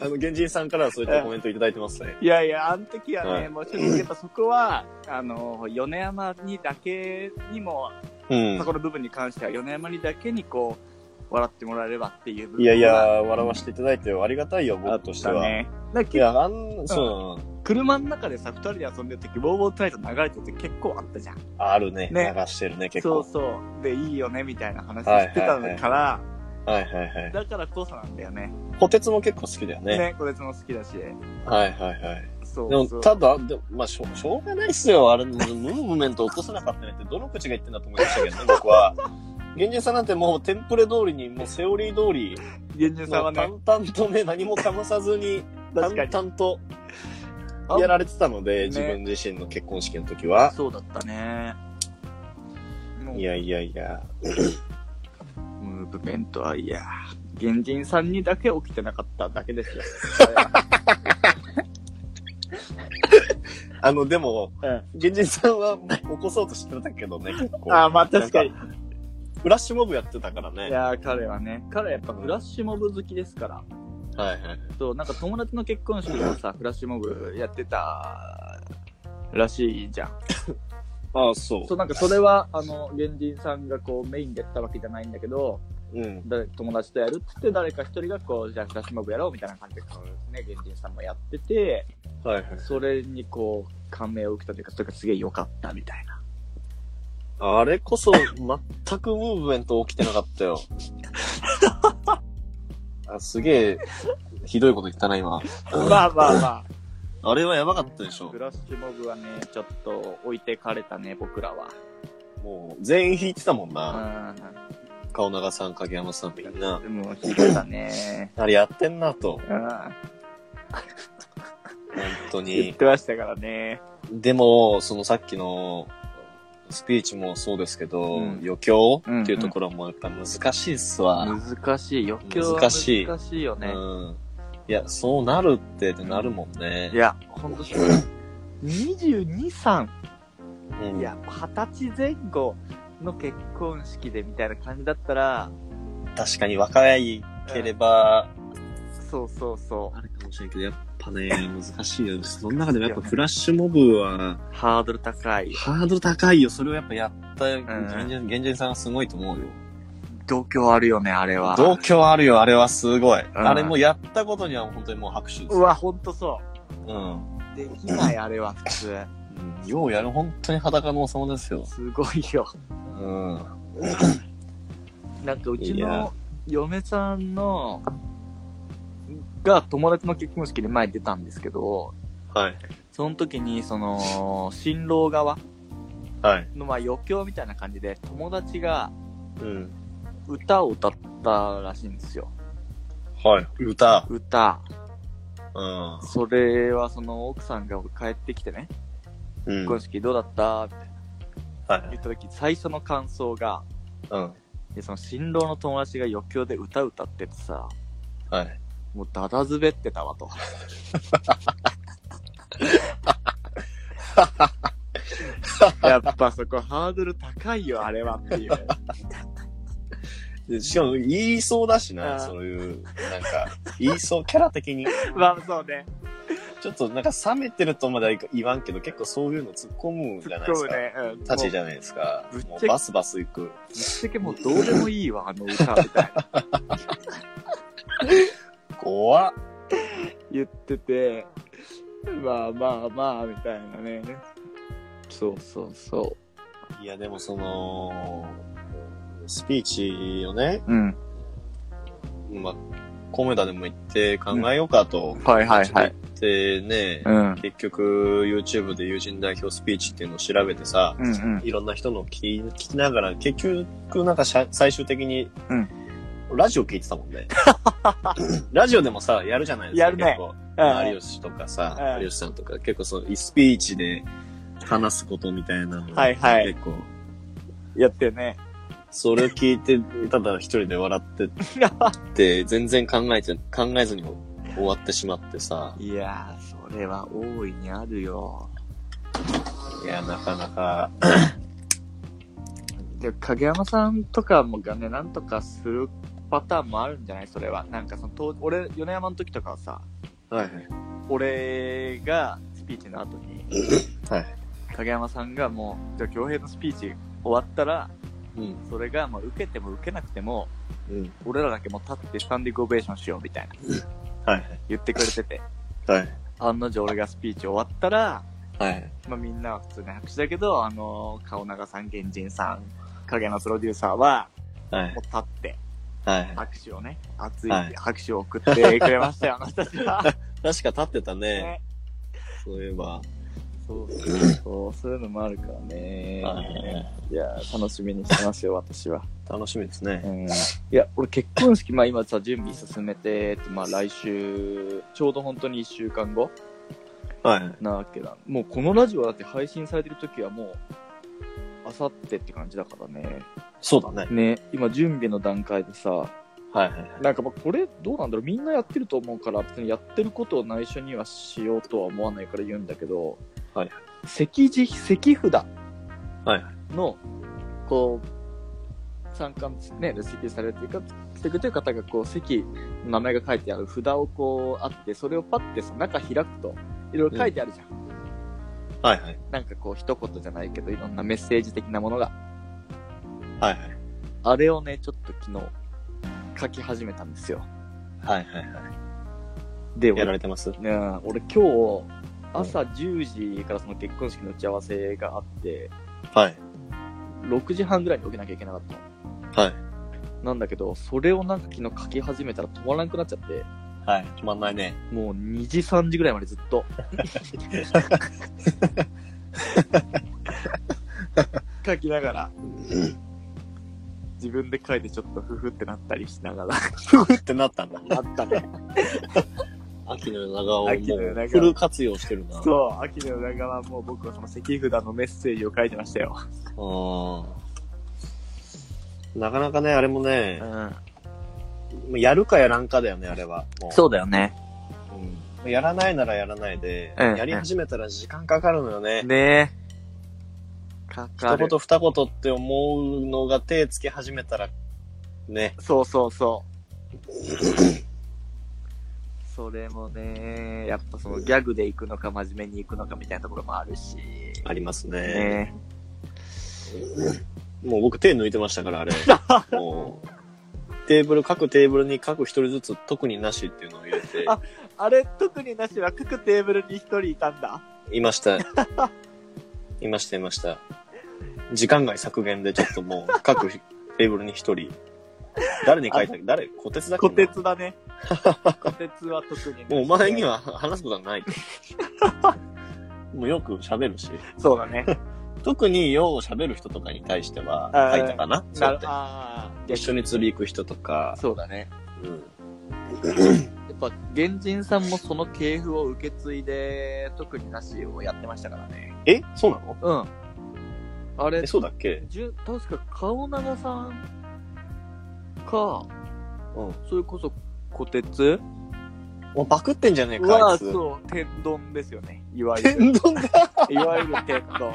Speaker 1: あの、原人さんからはそういったコメントいただいてますね。
Speaker 2: いやいや、あの時はね、
Speaker 1: はい
Speaker 2: もうちょっと、やっぱそこは、あの、米山にだけにも、
Speaker 1: うん
Speaker 2: そ。この部分に関しては、米山にだけにこう、笑ってもらえればっていう部分
Speaker 1: いやいや、笑わせていただいてよありがたいよ、
Speaker 2: あっ
Speaker 1: 僕として
Speaker 2: た
Speaker 1: は。
Speaker 2: ね。だ
Speaker 1: い
Speaker 2: けど、
Speaker 1: や、あん、そう、
Speaker 2: 車の中でさ、二人で遊んでる時、ボーボートナイト流れてて結構あったじゃん。
Speaker 1: あるね。
Speaker 2: ね
Speaker 1: 流してるね、結構。
Speaker 2: そうそう。で、いいよね、みたいな話してたのから、
Speaker 1: はいはいはい。
Speaker 2: だからこそなんだよね。
Speaker 1: 虎鉄も結構好きだよね。
Speaker 2: ね、これも好きだし。
Speaker 1: はいはいはい。
Speaker 2: そう
Speaker 1: でも
Speaker 2: そう、。
Speaker 1: ただ、でもまあしょ、しょうがないっすよ。あれ、ムーブメント落とせなかったねって、どの口が言ってんだと思いましたけ どね、僕は。源氏さんなんてもうテンプレ通りに、もうセオリー通 り、
Speaker 2: 源氏さんはね、
Speaker 1: 淡々とね、何もかまさずに、淡
Speaker 2: 確かに
Speaker 1: 々とやられてたので、
Speaker 2: ね
Speaker 1: 自分自身の結婚式の時は。
Speaker 2: そうだったね。もう
Speaker 1: いやいやいや。
Speaker 2: ムーブメントはいや、原人さんにだけ起きてなかっただけ ですよ。
Speaker 1: あの、でも、
Speaker 2: うん
Speaker 1: 源氏さんは起こそうとしてたけどね、結構。
Speaker 2: あーまあ確かに
Speaker 1: なん。フラッシュモブやってたからね。
Speaker 2: いやー、彼はね、彼はやっぱフラッシュモブ好きですから。
Speaker 1: はいはい。
Speaker 2: そう、なんか友達の結婚式でさ、フラッシュモブやってたらしいじゃん。
Speaker 1: ああ、そう。
Speaker 2: そう、なんかそれは、あの、原人さんがこうメインでやったわけじゃないんだけど、
Speaker 1: うん。
Speaker 2: 誰友達とやるっつって誰か一人がこう、じゃあフラッシュモブやろうみたいな感じで、こうね、原人さんもやってて、
Speaker 1: はいはい。
Speaker 2: それにこう、感銘を受けたというか、それがすげえ良かったみたいな。
Speaker 1: あれこそ全くムーブメント起きてなかったよ。 あすげえ、ひどいこと言ったな、今。
Speaker 2: まあまあまあ。
Speaker 1: あれはやばかったでしょ
Speaker 2: フ。ラッシュモブはね、ちょっと置いてかれたね、僕らは。
Speaker 1: もう、全員引いてたもんな。
Speaker 2: う
Speaker 1: 顔長さん、影山さん、みんな。
Speaker 2: ん。もう引いてたね。
Speaker 1: あれやってんなと。
Speaker 2: うん。
Speaker 1: 本当
Speaker 2: 言っ
Speaker 1: に。
Speaker 2: てましたからね。
Speaker 1: でも、そのさっきの、スピーチもそうですけど、
Speaker 2: うん
Speaker 1: 余興っていうところもやっぱ難しいっすわ。
Speaker 2: 難しい。余興は
Speaker 1: 難しい
Speaker 2: 難しいよね。
Speaker 1: うん。いや、そうなるってってなるもんね。
Speaker 2: いや、ほんとそう。22、3、
Speaker 1: うん
Speaker 2: いや、20歳前後の結婚式でみたいな感じだったら、
Speaker 1: 確かに若いければ、
Speaker 2: そうそうそ
Speaker 1: あるかもしれんけど、やっぱね、難しいよ。その中でもやっぱフラッシュモブは、
Speaker 2: う。ハードル高い。
Speaker 1: ハードル高いよ。それをやっぱやった、現人、現人さんがすごいと思うよ。
Speaker 2: 度胸あるよね、あれは。
Speaker 1: 同居あるよ、あれはすごい。
Speaker 2: ん
Speaker 1: あれもやったことには本当にもう拍手です
Speaker 2: う。わ、ほんとそ
Speaker 1: うん。
Speaker 2: う。できない、あれは、普通。
Speaker 1: うんようやる、本当に裸の王様ですよ。
Speaker 2: すごいよ。
Speaker 1: うん。は
Speaker 2: なんかうち
Speaker 1: いや
Speaker 2: の嫁さんの、が友達の結婚式で前出たんですけど、
Speaker 1: い。
Speaker 2: その時に、その、新郎側
Speaker 1: はい。
Speaker 2: の、まあ余興みたいな感じで、友達が
Speaker 1: うん。
Speaker 2: 歌を歌ったらしいんですよ。
Speaker 1: はい。歌。
Speaker 2: 歌。
Speaker 1: うん。
Speaker 2: それはその奥さんが帰ってきてね、
Speaker 1: うん
Speaker 2: 結婚式どうだったって
Speaker 1: はい。
Speaker 2: 言った時、最初の感想が、
Speaker 1: うん。
Speaker 2: でその新郎の友達が余興で歌歌っててさ、
Speaker 1: はい。
Speaker 2: もうダダ滑ってたわ と。やっぱそこハードル高いよ、あれはっていう。
Speaker 1: でしかも、言いそうだしな、
Speaker 2: あー
Speaker 1: そういう、なんか、言いそう、キャラ的に。
Speaker 2: まあそうね。
Speaker 1: ちょっとなんか冷めてるとまでは言わんけど、結構そういうの突っ込むじ
Speaker 2: 突
Speaker 1: ゃ
Speaker 2: っ
Speaker 1: ないで
Speaker 2: 込
Speaker 1: す
Speaker 2: む
Speaker 1: か。
Speaker 2: ね。うん。
Speaker 1: 立ちじ
Speaker 2: ゃん。
Speaker 1: ゃないですか。
Speaker 2: ぶっちゃけ
Speaker 1: もうバスバス行く。
Speaker 2: ぶっちゃけもうどうでもいいわ、あの歌みたいな。
Speaker 1: 怖っ。
Speaker 2: 言ってて、まあまあまあ、みたいなね。そうそうそ
Speaker 1: いや、でもその、スピーチをね、
Speaker 2: う。うん。
Speaker 1: まあ、コメダでも行って考えようかと。
Speaker 2: はいはいはい。
Speaker 1: でね、
Speaker 2: うん。
Speaker 1: 結局 YouTube で友人代表スピーチっていうのを調べてさ、
Speaker 2: うんうん。
Speaker 1: いろんな人の聞き聞きながら、結局なんかしゃ最終的に、
Speaker 2: うん
Speaker 1: ラジオ聞いてたもん ね。ラジオでもさ、やるじゃないですか。
Speaker 2: やる
Speaker 1: 結
Speaker 2: ね
Speaker 1: 構有吉とかさ
Speaker 2: う、ん
Speaker 1: 有吉さんとか、結構そのスピーチで話すことみたいなの
Speaker 2: はいはい
Speaker 1: 結構、
Speaker 2: やってね。
Speaker 1: それを聞いて、ただ一人で笑って って、全然考えて、考えずに終わってしまってさ、
Speaker 2: いやー、それは大いにあるよ。
Speaker 1: いや、なかなか。
Speaker 2: でも影山さんとかもがね、なんとかするパターンもあるんじゃないそれは。なんかその、当俺、米山の時とかはさ、
Speaker 1: はいはい。
Speaker 2: 俺がスピーチの後に、
Speaker 1: はい。
Speaker 2: 影山さんがもう、じゃあ京平のスピーチ終わったら、
Speaker 1: うん。
Speaker 2: それがもう受けても受けなくても、
Speaker 1: うん。
Speaker 2: 俺らだけもう立ってスタンディングオベーションしようみたいな
Speaker 1: はい
Speaker 2: 言ってくれてて、
Speaker 1: はい。はい。
Speaker 2: 案の定俺がスピーチ終わったら、
Speaker 1: はい。
Speaker 2: まあ、みんなは普通に拍手だけど、あのー、顔長さん、源人さん、影のプロデューサーは、
Speaker 1: はい
Speaker 2: もう。立って、
Speaker 1: はい。
Speaker 2: 拍手をね、熱い
Speaker 1: はい
Speaker 2: 拍手を送ってくれましたよ、あの人たち は。
Speaker 1: 確か立ってたね。
Speaker 2: ね
Speaker 1: そういえば。
Speaker 2: そうそうそう、そういうのもあるからね。
Speaker 1: はい
Speaker 2: いやー、楽しみにしてますよ、私は。
Speaker 1: 楽しみです
Speaker 2: う
Speaker 1: ね。
Speaker 2: ん。いや、俺結婚式、まあ今さ、準備進めて、まあ来週、ちょうど本当に1週間後
Speaker 1: はい。
Speaker 2: なわけだ。もうこのラジオだって配信されてる時はもう、あさってって感じだからね。
Speaker 1: そうだね。
Speaker 2: ね、今準備の段階でさ、
Speaker 1: はいはい。
Speaker 2: なんかまあこれどうなんだろう、みんなやってると思うから、別にやってることを内緒にはしようとは思わないから言うんだけど、
Speaker 1: はい
Speaker 2: 席次、席札
Speaker 1: はい
Speaker 2: の、こう、参加、ね、レ席されてるか、してくれてる方が、こう、席、名前が書いてある札をこう、あって、それをパッてさ、中開くと、いろいろ書いてあるじゃん。
Speaker 1: はいはい。
Speaker 2: なんかこう、一言じゃないけど、いろんなメッセージ的なものが。
Speaker 1: はいはい。
Speaker 2: あれをね、ちょっと昨日、書き始めたんですよ。
Speaker 1: はいはいは
Speaker 2: で、
Speaker 1: い。やら
Speaker 2: 俺
Speaker 1: れてます
Speaker 2: ねえ、俺今日朝10時からその結婚式の打ち合わせがあって、
Speaker 1: はい。
Speaker 2: 6時半ぐらいに起きなきゃいけなかった
Speaker 1: はい。
Speaker 2: のなんだけど、それをなんか昨日書き始めたら止まらなくなっちゃって、
Speaker 1: はい。止まんないね。
Speaker 2: もう2時3時ぐらいまでずっと。 書きながら、自分で書いてちょっとふふってなったりしながら、
Speaker 1: ふふってなったんだ。
Speaker 2: あったね。
Speaker 1: 秋の夜長をも
Speaker 2: 秋の夜長
Speaker 1: うフル活用してるな。う。
Speaker 2: そう、秋の裏側もう僕はその関札のメッセージを書いてましたよ。
Speaker 1: なかなかね、あれもね、
Speaker 2: ん。
Speaker 1: やるかやらんかだよね、あれは。もう
Speaker 2: そうだよね。
Speaker 1: うんやらないならやらないで、
Speaker 2: うん
Speaker 1: やり始めたら時間かかるのよね。
Speaker 2: ねえ。かか
Speaker 1: 一
Speaker 2: る。
Speaker 1: 言二言って思うのが手つけ始めたら、ね。
Speaker 2: そうそうそう。 それもね、やっぱそのギャグで行くのか真面目に行くのかみたいなところもあるし。
Speaker 1: ありますね。
Speaker 2: ね
Speaker 1: もう僕手抜いてましたから、あ れ。もうテーブル、各テーブルに各一人ずつ特になしっていうのを入れて、
Speaker 2: あれ、特になしは各テーブルに一人いたんだ。
Speaker 1: いました。いました、いました。時間外削減でちょっともう各テーブルに一人。誰に書いたっけ誰小鉄だっけ
Speaker 2: 虎鉄 だね。虎鉄は特に、ね。
Speaker 1: もうお前に。は話すことはない。もうよく喋るし。
Speaker 2: そうだね。
Speaker 1: 特によう喋る人とかに対しては
Speaker 2: あー
Speaker 1: 書いたかなそ
Speaker 2: な
Speaker 1: うやっ
Speaker 2: る
Speaker 1: て
Speaker 2: ああ。
Speaker 1: 一緒に釣り行く人とか。
Speaker 2: そうだね。
Speaker 1: うん。
Speaker 2: やっぱ、原人さんもその系譜を受け継いで、特になしをやってましたからね。
Speaker 1: えそうなの
Speaker 2: うん。あれ
Speaker 1: え、、そうだっけ
Speaker 2: じゅ確か顔長さんか、
Speaker 1: うん
Speaker 2: それこそ虎鉄
Speaker 1: もうバクってんじゃねえか、あ
Speaker 2: はい
Speaker 1: つ。
Speaker 2: そう、天丼ですよね。いわゆる。
Speaker 1: 天丼だ。
Speaker 2: いわゆる天丼。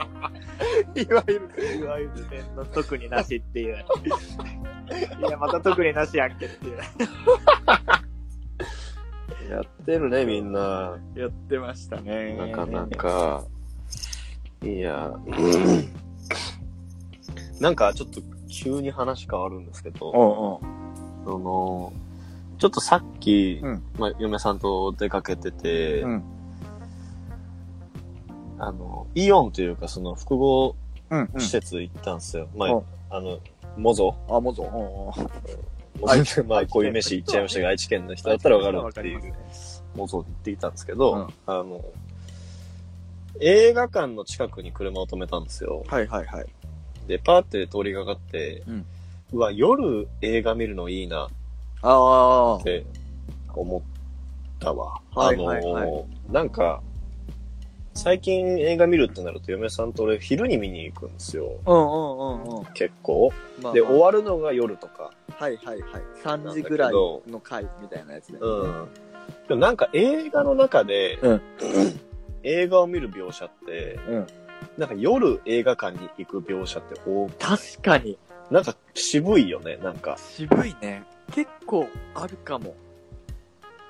Speaker 1: いわゆる。
Speaker 2: いわゆる天丼、特になしっ ていう。いや、また特になしやっけっていう。
Speaker 1: やってるね、みんな。
Speaker 2: やってましたね。
Speaker 1: なかな。か。いや。なんかちょっと急に話変わるんですけど。
Speaker 2: うんうん。
Speaker 1: その、ちょっとさっき、
Speaker 2: うん
Speaker 1: まあ、嫁さんと出かけてて、
Speaker 2: うん
Speaker 1: あの、イオンというか、その複合
Speaker 2: うん、うん。
Speaker 1: 施設行ったんですよ。ま
Speaker 2: うん
Speaker 1: あ、あの、モゾ
Speaker 2: あ、もうぞ。うん
Speaker 1: モ
Speaker 2: 愛
Speaker 1: ゾ まあ、こういう飯行っちゃいましたが、愛知県の人だったらわかるってい
Speaker 2: わかり
Speaker 1: う、モゾに行ってきたんですけど、
Speaker 2: うん
Speaker 1: あの、映画館の近くに車を止めたんですよ。
Speaker 2: はいはいはい。
Speaker 1: で、パーって通りがかって、
Speaker 2: うん
Speaker 1: うわ、夜映画見るのいいな
Speaker 2: ああ。は
Speaker 1: っ
Speaker 2: い
Speaker 1: て思ったわ。
Speaker 2: はいはいはい
Speaker 1: あのーなんか、最近映画見るってなると嫁さんと俺昼に見に行くんですよ。
Speaker 2: うんうんうんうん。
Speaker 1: 結構。
Speaker 2: まあ
Speaker 1: で、
Speaker 2: まあ
Speaker 1: 終わるのが夜とか。
Speaker 2: はいはいはい。3時ぐらいの回みたいなやつね。
Speaker 1: うん。でもなんか映画の中で、
Speaker 2: うん
Speaker 1: 映画を見る描写って、
Speaker 2: うん
Speaker 1: なんか夜映画館に行く描写って多く、
Speaker 2: 確かに。
Speaker 1: なんか渋いよね、なんか。
Speaker 2: 渋いね。結構あるかも。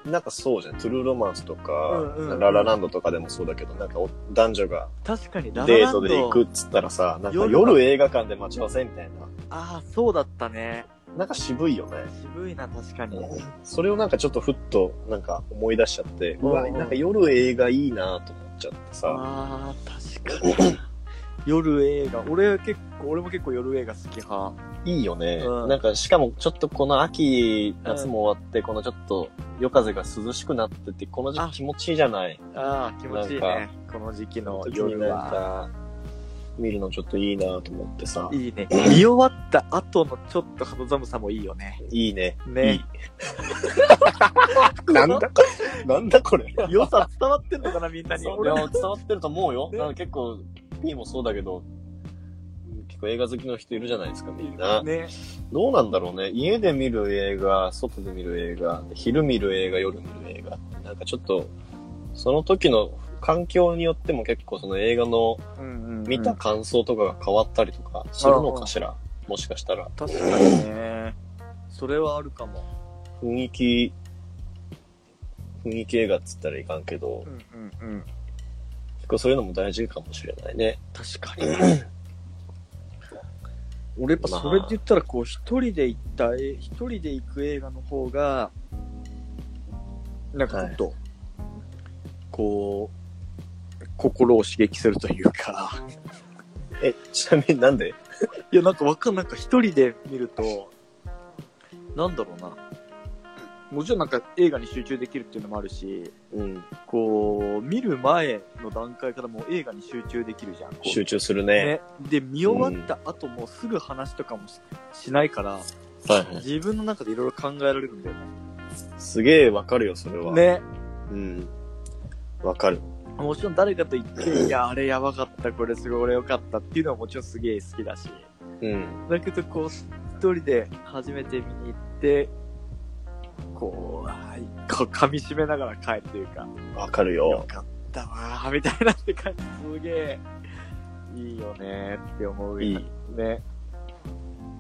Speaker 1: なんかそうじゃん。トゥルーロマンスとか、
Speaker 2: うんうんうん
Speaker 1: ララランドとかでもそうだけど、なんかお男女が
Speaker 2: 確かに、
Speaker 1: デートで行くっつったらさ、なんか
Speaker 2: 夜
Speaker 1: 夜映画館で待ち合わせみたい
Speaker 2: ああ、そうだったね。
Speaker 1: な。なんか渋いよね。
Speaker 2: 渋いな、確かに。
Speaker 1: それをなんかちょっとふっとなんか思い出しちゃって、うわ、
Speaker 2: うん
Speaker 1: なんか夜映画いいなと思っちゃってさ。
Speaker 2: ああ、確かに。夜映画。俺結構、俺も結構夜映画好き派。
Speaker 1: いいよね。
Speaker 2: うん
Speaker 1: なんかしかもちょっとこの秋、夏も終わって、このちょっと夜風が涼しくなってて、この時
Speaker 2: あ
Speaker 1: 期気持ちいいじゃない。
Speaker 2: ああ、気持ちいい
Speaker 1: なん
Speaker 2: ね。この時期の
Speaker 1: 夜
Speaker 2: 夜
Speaker 1: なん
Speaker 2: は。
Speaker 1: か、見るのちょっといいなと思ってさ。
Speaker 2: いいね。見終わった後のちょっと肌寒さもいいよね。
Speaker 1: いいね。いい
Speaker 2: ね。
Speaker 1: なんだこれ。なんだこれ。
Speaker 2: 良さ伝わってんのかな、みんなに。
Speaker 1: そ
Speaker 2: 俺
Speaker 1: れ
Speaker 2: も
Speaker 1: は伝わってると思うよ。
Speaker 2: ね
Speaker 1: なんか結構、P もそうだけど、結構映画好きの人いるじゃないですか、みんな。
Speaker 2: ね。
Speaker 1: どうなんだろうね。家で見る映画、外で見る映画、昼見る映画、夜見る映画。なんかちょっと、その時の環境によっても結構その映画の
Speaker 2: うんうんうん
Speaker 1: 見た感想とかが変わったりとかするのかしら。もしかしたら。
Speaker 2: 確かにね。それはあるかも。
Speaker 1: 雰囲気、雰囲気映画っつったらいかんけど、
Speaker 2: うんうんうん。
Speaker 1: 結構そういうのも大事かもしれないね。
Speaker 2: 確かに。俺やっぱそれって言ったらこう一人で行ったえ一人で行く映画の方がなんかちょっと、こう心を刺激するというか
Speaker 1: え、ちなみになんで
Speaker 2: いやなんかわかんないなんか一人で見るとなんだろうなもちろんなんか映画に集中できるっていうのもあるし
Speaker 1: うん。
Speaker 2: こう見る前の段階からもう映画に集中できるじゃんこう
Speaker 1: 集中するね。
Speaker 2: ね、で見終わった後もすぐ話とかもししないから、
Speaker 1: はいはい。
Speaker 2: 自分の中でいろいろ考えられるんだよね。
Speaker 1: すげえわかるよ、それは。。
Speaker 2: ね。
Speaker 1: うん。わかる。
Speaker 2: もちろん誰かと言って、いや、あれやばかった、これすごい、俺よかったっていうのはもちろんすげえ好きだし。
Speaker 1: うん。
Speaker 2: だけど、こう、一人で初めて見に行って、こう、はい、こう噛み締めながら帰るというか、
Speaker 1: わかる
Speaker 2: よ
Speaker 1: よ。
Speaker 2: かったわー、みたいなって感じ、すげえ、いいよねーって思う。
Speaker 1: いい
Speaker 2: ね。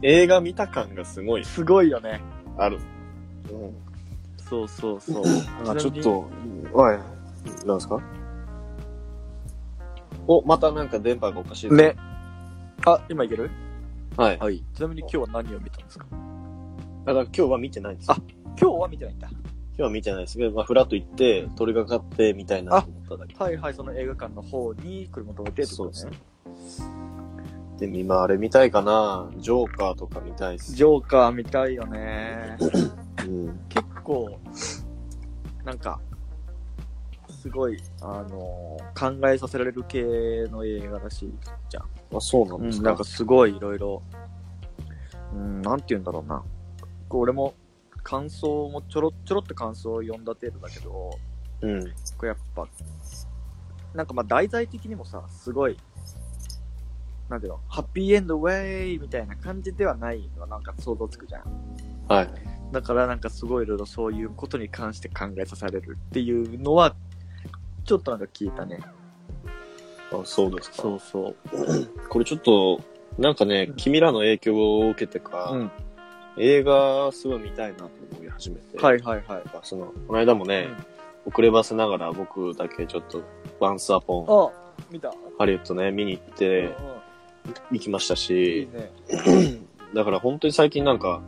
Speaker 1: 映画見た感がすごい
Speaker 2: すごいよね。
Speaker 1: ある。うん。
Speaker 2: そうそうそう。
Speaker 1: あ、ちょっ
Speaker 2: ちなみに。
Speaker 1: と、はい。なんですかお、またなんか電波がおかしいぞ。
Speaker 2: ね。あ、今いける
Speaker 1: はい。あ、
Speaker 2: はい。ちなみに今日は何を見たんですか
Speaker 1: だから今日は見てないんですよ
Speaker 2: あ今日は見てないんだ。
Speaker 1: 今日は見てないですけど、まあ、フラッと行って、取り掛かって、みたいなと思っただけ。
Speaker 2: はいはい、その映画館の方に車止めてってこと
Speaker 1: そう
Speaker 2: ね。
Speaker 1: でも今あれ見たいかなジョーカーとか見たいっす。
Speaker 2: ジョーカー見たいよね。
Speaker 1: うん。
Speaker 2: 結構、なんか、すごい、あのー考えさせられる系の映画だし、じゃん
Speaker 1: あ、そうなんですか。
Speaker 2: なんかすごいいろいろ、うん、なんて言うんだろうな。こう俺も感想もちょろちょろっと感想を読んだ程度だけど、
Speaker 1: うん。
Speaker 2: これやっぱ、なんかまあ題材的にもさ、すごい、なんていうの、ハッピーエンドウェイみたいな感じではないのはなんか想像つくじゃん。
Speaker 1: はい。
Speaker 2: だからなんかすごいいろいろそういうことに関して考えさせられるっていうのは、ちょっとなんか聞いたね。
Speaker 1: あ、そうですか。
Speaker 2: うそう。
Speaker 1: これちょっと、なんかね
Speaker 2: うん、
Speaker 1: 君らの影響を受けてか、
Speaker 2: うん。
Speaker 1: 映画すごい見たいなと思い始めて。
Speaker 2: はいはいはい。
Speaker 1: なんかその、この間もね、遅ればせながら僕だけちょっと、ワンスアポン、
Speaker 2: あ、見た。
Speaker 1: ハリウッドね、見に行っ
Speaker 2: う
Speaker 1: て
Speaker 2: ん
Speaker 1: 行きました
Speaker 2: うんいい
Speaker 1: し、
Speaker 2: ね。
Speaker 1: だから本当に最近なんか、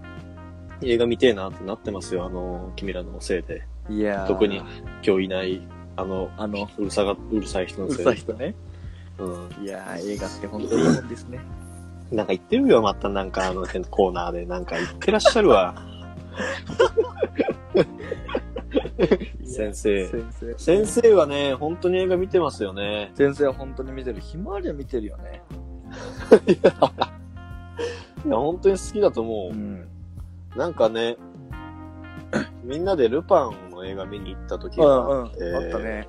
Speaker 1: 映画見てえなってなってますよ、あの、君らのせいで。
Speaker 2: いやー
Speaker 1: 特に今日いない、あの、
Speaker 2: あの、
Speaker 1: うるさが、うるさい人
Speaker 2: う
Speaker 1: の
Speaker 2: る
Speaker 1: せい
Speaker 2: さい
Speaker 1: で。
Speaker 2: 人ね。
Speaker 1: うん。
Speaker 2: いやー映画って本当にいいもんですね。
Speaker 1: なんか言ってるよ、またなんかあの変なコーナーで、なんか言ってらっしゃる わ。先生
Speaker 2: 先生。
Speaker 1: 先生はね、本当に映画見てますよね。
Speaker 2: 先生は本当に見てる。ひまわりは見てるよね。
Speaker 1: いや、本当に好きだと思う。
Speaker 2: ん。
Speaker 1: なんかね、みんなでルパンの映画見に行った時
Speaker 2: う
Speaker 1: が
Speaker 2: んうん。
Speaker 1: あ
Speaker 2: あっ
Speaker 1: って、
Speaker 2: たね。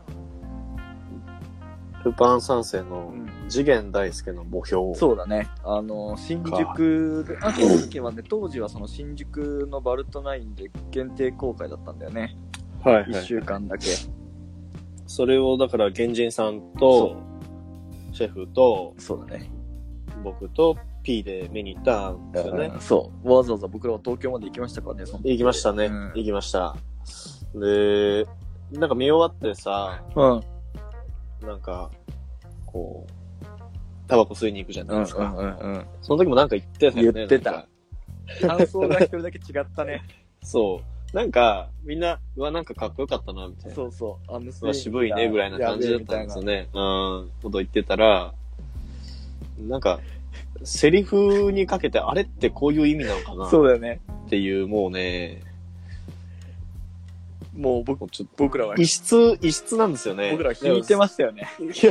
Speaker 1: ルパン三世
Speaker 2: う
Speaker 1: の
Speaker 2: ん。
Speaker 1: 次元大介の墓標。
Speaker 2: そうだね。あの、新宿で、あの時はね、当時はその新宿のバルトナインで限定公開だったんだよね。
Speaker 1: はい、
Speaker 2: 一週間だけ。
Speaker 1: それをだから、原人さんと、シェフと、
Speaker 2: そうだね。
Speaker 1: 僕と P で見に行ったんですよね。
Speaker 2: うんそう。わざわざ僕らは東京まで行きましたからね、その時
Speaker 1: 行きましたね。
Speaker 2: うん
Speaker 1: 行きました。で、なんか見終わってさ、
Speaker 2: うん。
Speaker 1: なんか、こう、タバコ吸いに行くじゃないですか。
Speaker 2: うんうんうん。
Speaker 1: その時もなんか言ってたよね。
Speaker 2: 言ってた
Speaker 1: なんか
Speaker 6: 感想が一人だけ違ったね。
Speaker 1: そう。なんか、みんな、うわ、なんかかっこよかったな、みたいな。
Speaker 2: そうそう。あの
Speaker 1: うわ、渋いね、ぐらいな感じだったんですよね。うん。こと言ってたら、なんか、セリフにかけて、あれってこういう意味なのかな
Speaker 2: そうだよね。
Speaker 1: っていう、もうね、
Speaker 2: もう僕
Speaker 1: もうちょっ
Speaker 2: 僕らは
Speaker 1: と、異質、異質なんですよね。
Speaker 2: 僕ら
Speaker 6: 聞いてましたよね。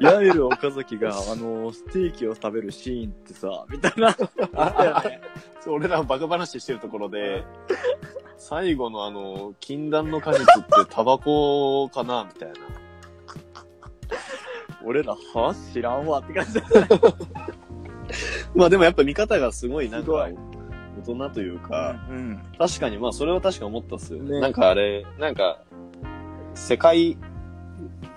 Speaker 2: ヤエル岡崎が、あの、ステーキを食べるシーンってさ、みたいな。
Speaker 6: あったよね。
Speaker 1: そう俺らバカ話してるところで、最後のあの、禁断の果実ってタバコかなみたいな。
Speaker 2: 俺ら、は知らんわって感じだ
Speaker 1: まあでもやっぱ見方がすごいなん
Speaker 2: すご
Speaker 1: か
Speaker 2: い、
Speaker 1: 大人というか、
Speaker 2: うん。
Speaker 1: 確かにまあそれは確か思ったっすよね。
Speaker 2: ね
Speaker 1: なんかあれ、なんか、世界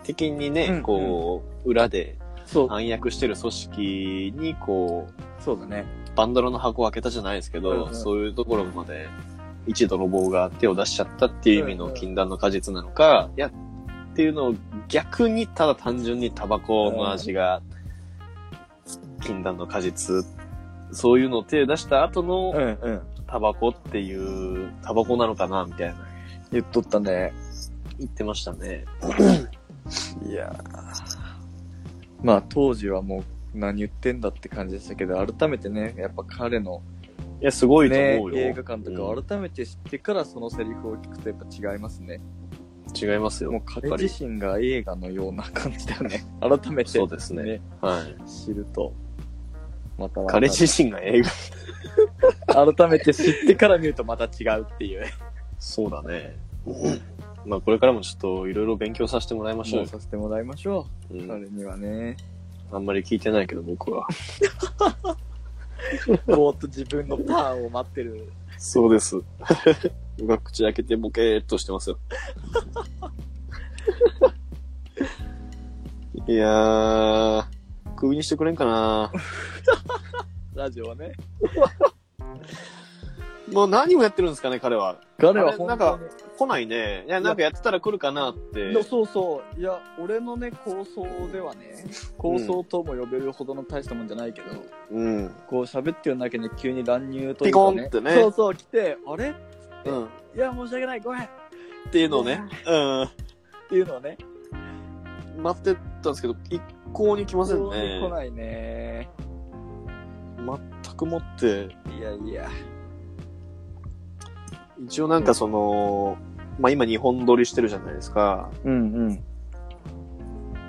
Speaker 1: 的にね、
Speaker 2: うん
Speaker 1: こう、裏で
Speaker 2: そう、
Speaker 1: 暗躍してる組織にこう、
Speaker 2: そうだね。
Speaker 1: バンドロの箱を開けたじゃないですけど、
Speaker 2: うんうん
Speaker 1: そういうところまで、一泥棒が手を出しちゃったっていう意味
Speaker 2: うん
Speaker 1: の
Speaker 2: うん
Speaker 1: 禁断の果実なのか、いや、っていうのを逆にただ単純にタバコの味が、禁断の果実、そういうのを手出した後の
Speaker 2: んうん。
Speaker 1: タバコっていう、タバコなのかな、みたいな。
Speaker 2: 言っとったね。
Speaker 1: 言ってましたね。
Speaker 2: いやーまあ当時はもう何言ってんだって感じでしたけど、改めてね、やっぱ彼の、
Speaker 1: いや、すごいと
Speaker 2: ね
Speaker 1: 思う、よ。
Speaker 2: 映画館と
Speaker 1: う
Speaker 2: か改めて知ってからそのセリフを聞くとやっぱ違いますね。
Speaker 1: ん違いますよ。
Speaker 2: もう彼自身が映画のような感じだよ ね。改めて、
Speaker 1: そうですねはい。
Speaker 2: 知ると。また
Speaker 1: 彼自身が映画。
Speaker 2: 改めて知ってから見るとまた違うっていう。
Speaker 1: そうだね。まあ、これからもちょっといろいろ勉強させてもらいましょ
Speaker 2: も
Speaker 1: う
Speaker 2: う
Speaker 1: よ。
Speaker 2: させてもらいましょ
Speaker 1: う
Speaker 2: う。
Speaker 1: ん
Speaker 2: 彼にはね。
Speaker 1: あんまり聞いてないけど、僕は。
Speaker 2: ぼーっと自分のターンを待ってる。
Speaker 1: そう です。僕は口開けてボケーっとしてますよ。 いやー、首にしてくれんかな
Speaker 2: ラジオはね。
Speaker 1: もう何をやってるんですかね、彼は。
Speaker 2: 彼は
Speaker 1: あ
Speaker 2: 本
Speaker 1: れ
Speaker 2: 当に。
Speaker 1: 来ないね。いや、なんかやってたら来るかなって。
Speaker 2: でもそうそういや俺のね構想で はね構想とも呼べるほどの大したもんじゃないけど、
Speaker 1: うん。
Speaker 2: こう喋ってるだけに急に乱入と
Speaker 1: ピ
Speaker 2: いうか、ね、
Speaker 1: コンってね
Speaker 2: そうそう来てあれ
Speaker 1: うん。っ
Speaker 2: いや申し訳ないごめんって
Speaker 1: いうのをね。うん。
Speaker 2: ていうのをね
Speaker 1: 待ってたんですけど、一向に来ませんね。
Speaker 2: 来ないね
Speaker 1: 全くもって、
Speaker 2: いやいや
Speaker 1: 一応なんかその、まあ今日本撮りしてるじゃないですか。
Speaker 2: うんうん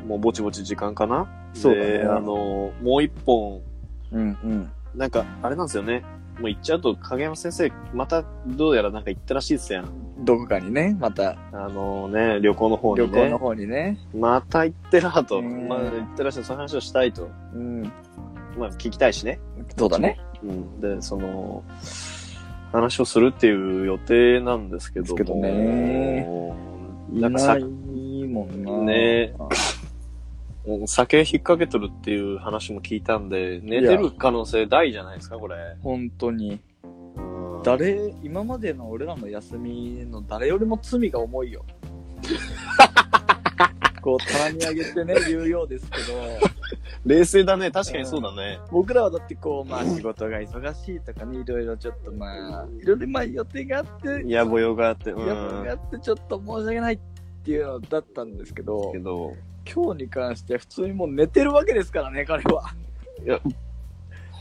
Speaker 1: もうぼちぼち時間かな
Speaker 2: そうだね
Speaker 1: で、あの、もう一本、
Speaker 2: うんうん
Speaker 1: なんか、あれなんですよね。もう行っちゃうと、影山先生、また、どうやらなんか行ったらしいっすやん。
Speaker 2: どこかにねまた
Speaker 1: あのね、旅行の方
Speaker 2: 旅
Speaker 1: に
Speaker 2: 行
Speaker 1: ね
Speaker 2: の。方にね
Speaker 1: また行ってらと。
Speaker 2: うん
Speaker 1: まあ、行ってらっしゃる、その話をしたいと。
Speaker 2: うん
Speaker 1: まあ、聞きたいしね。
Speaker 2: そうだね
Speaker 1: うん。で、その、話をするっていう予定なんですけども。
Speaker 2: ですけどね
Speaker 1: なんかさ
Speaker 2: いないもんな
Speaker 1: ねもう酒引っ掛けとるっていう話も聞いたんで、寝てる可能性大じゃないですか、これ。
Speaker 2: 本当に
Speaker 1: うん
Speaker 2: 誰今までの俺らの休みの誰よりも罪が重 いよこう棚に上げてね言うようですけど
Speaker 1: 冷静だね。確かにそうだね。
Speaker 2: 僕らはだってこうまあ仕事が忙しいとかねいろいろちょっとまあいろいろまあ予定があって予
Speaker 1: 野暮用があって。うん
Speaker 2: 定があってちょっと申し訳ないっていうのだったんですけど
Speaker 1: けど、
Speaker 2: 今日に関しては普通にもう寝てるわけですからね彼は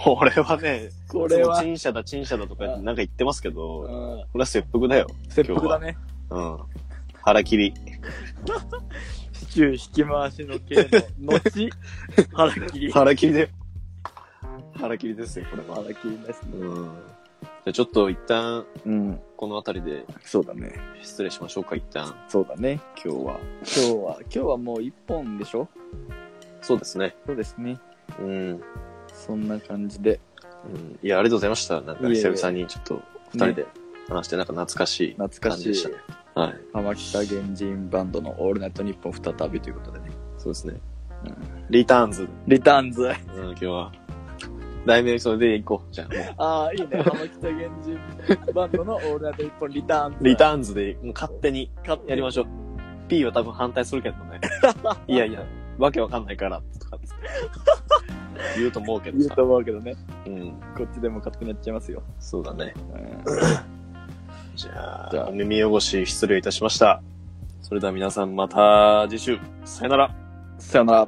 Speaker 1: 俺はね、
Speaker 2: これ
Speaker 1: いつ
Speaker 2: は
Speaker 1: も陳謝だ、陳謝だとかなんか言ってますけど、
Speaker 2: う
Speaker 1: こ
Speaker 2: ん
Speaker 1: れは切腹だよ。
Speaker 2: 切腹だね
Speaker 1: うん。腹切り。
Speaker 2: シチュー引き回しの刑 の後腹切り
Speaker 1: 腹切りだよ。腹切りですよ、これは。
Speaker 2: 腹切りですね
Speaker 1: うん。じゃあちょっと一旦、
Speaker 2: うん
Speaker 1: この辺りで
Speaker 2: そうだね
Speaker 1: 失礼しましょうか、一旦。
Speaker 2: そうだね
Speaker 1: 今日は。
Speaker 2: 今日は今日はもう1本でしょ
Speaker 1: そうですね。
Speaker 2: そうですね
Speaker 1: うん。
Speaker 2: そんな感じで
Speaker 1: うんいや、ありがとうございました。なんか
Speaker 2: いえいえ
Speaker 1: 久々にちょっと二人で話して、なんか懐かしい
Speaker 2: 懐か
Speaker 1: 感
Speaker 2: し
Speaker 1: じ
Speaker 2: い
Speaker 1: でしたね。はい。
Speaker 2: 浜北原人バンドのオールナイトニッポン再びということでね。
Speaker 1: そうですね。
Speaker 7: リターンズ。
Speaker 2: リターンズ。
Speaker 1: うん、今日は。題名それで行こう。じゃあも
Speaker 2: ああ、いいね。浜北原人バンドのオールナイトニッポンリターンズ。
Speaker 1: う、リターンズで、もう勝手に
Speaker 2: ーン
Speaker 1: やりましょう。P は多分反対するけど ね。いやいや、わけわかんないから、とかっつって。言うと思うけど
Speaker 2: 言う
Speaker 1: さ
Speaker 2: と。思うけどね。
Speaker 1: うん、
Speaker 2: こっちでも勝手にやっちゃいますよ。
Speaker 1: そうだね。
Speaker 2: うん
Speaker 1: じゃあ、
Speaker 2: じゃあ
Speaker 1: お耳汚し失礼いたしました。それでは皆さんまた次週、さよなら。
Speaker 2: さよなら。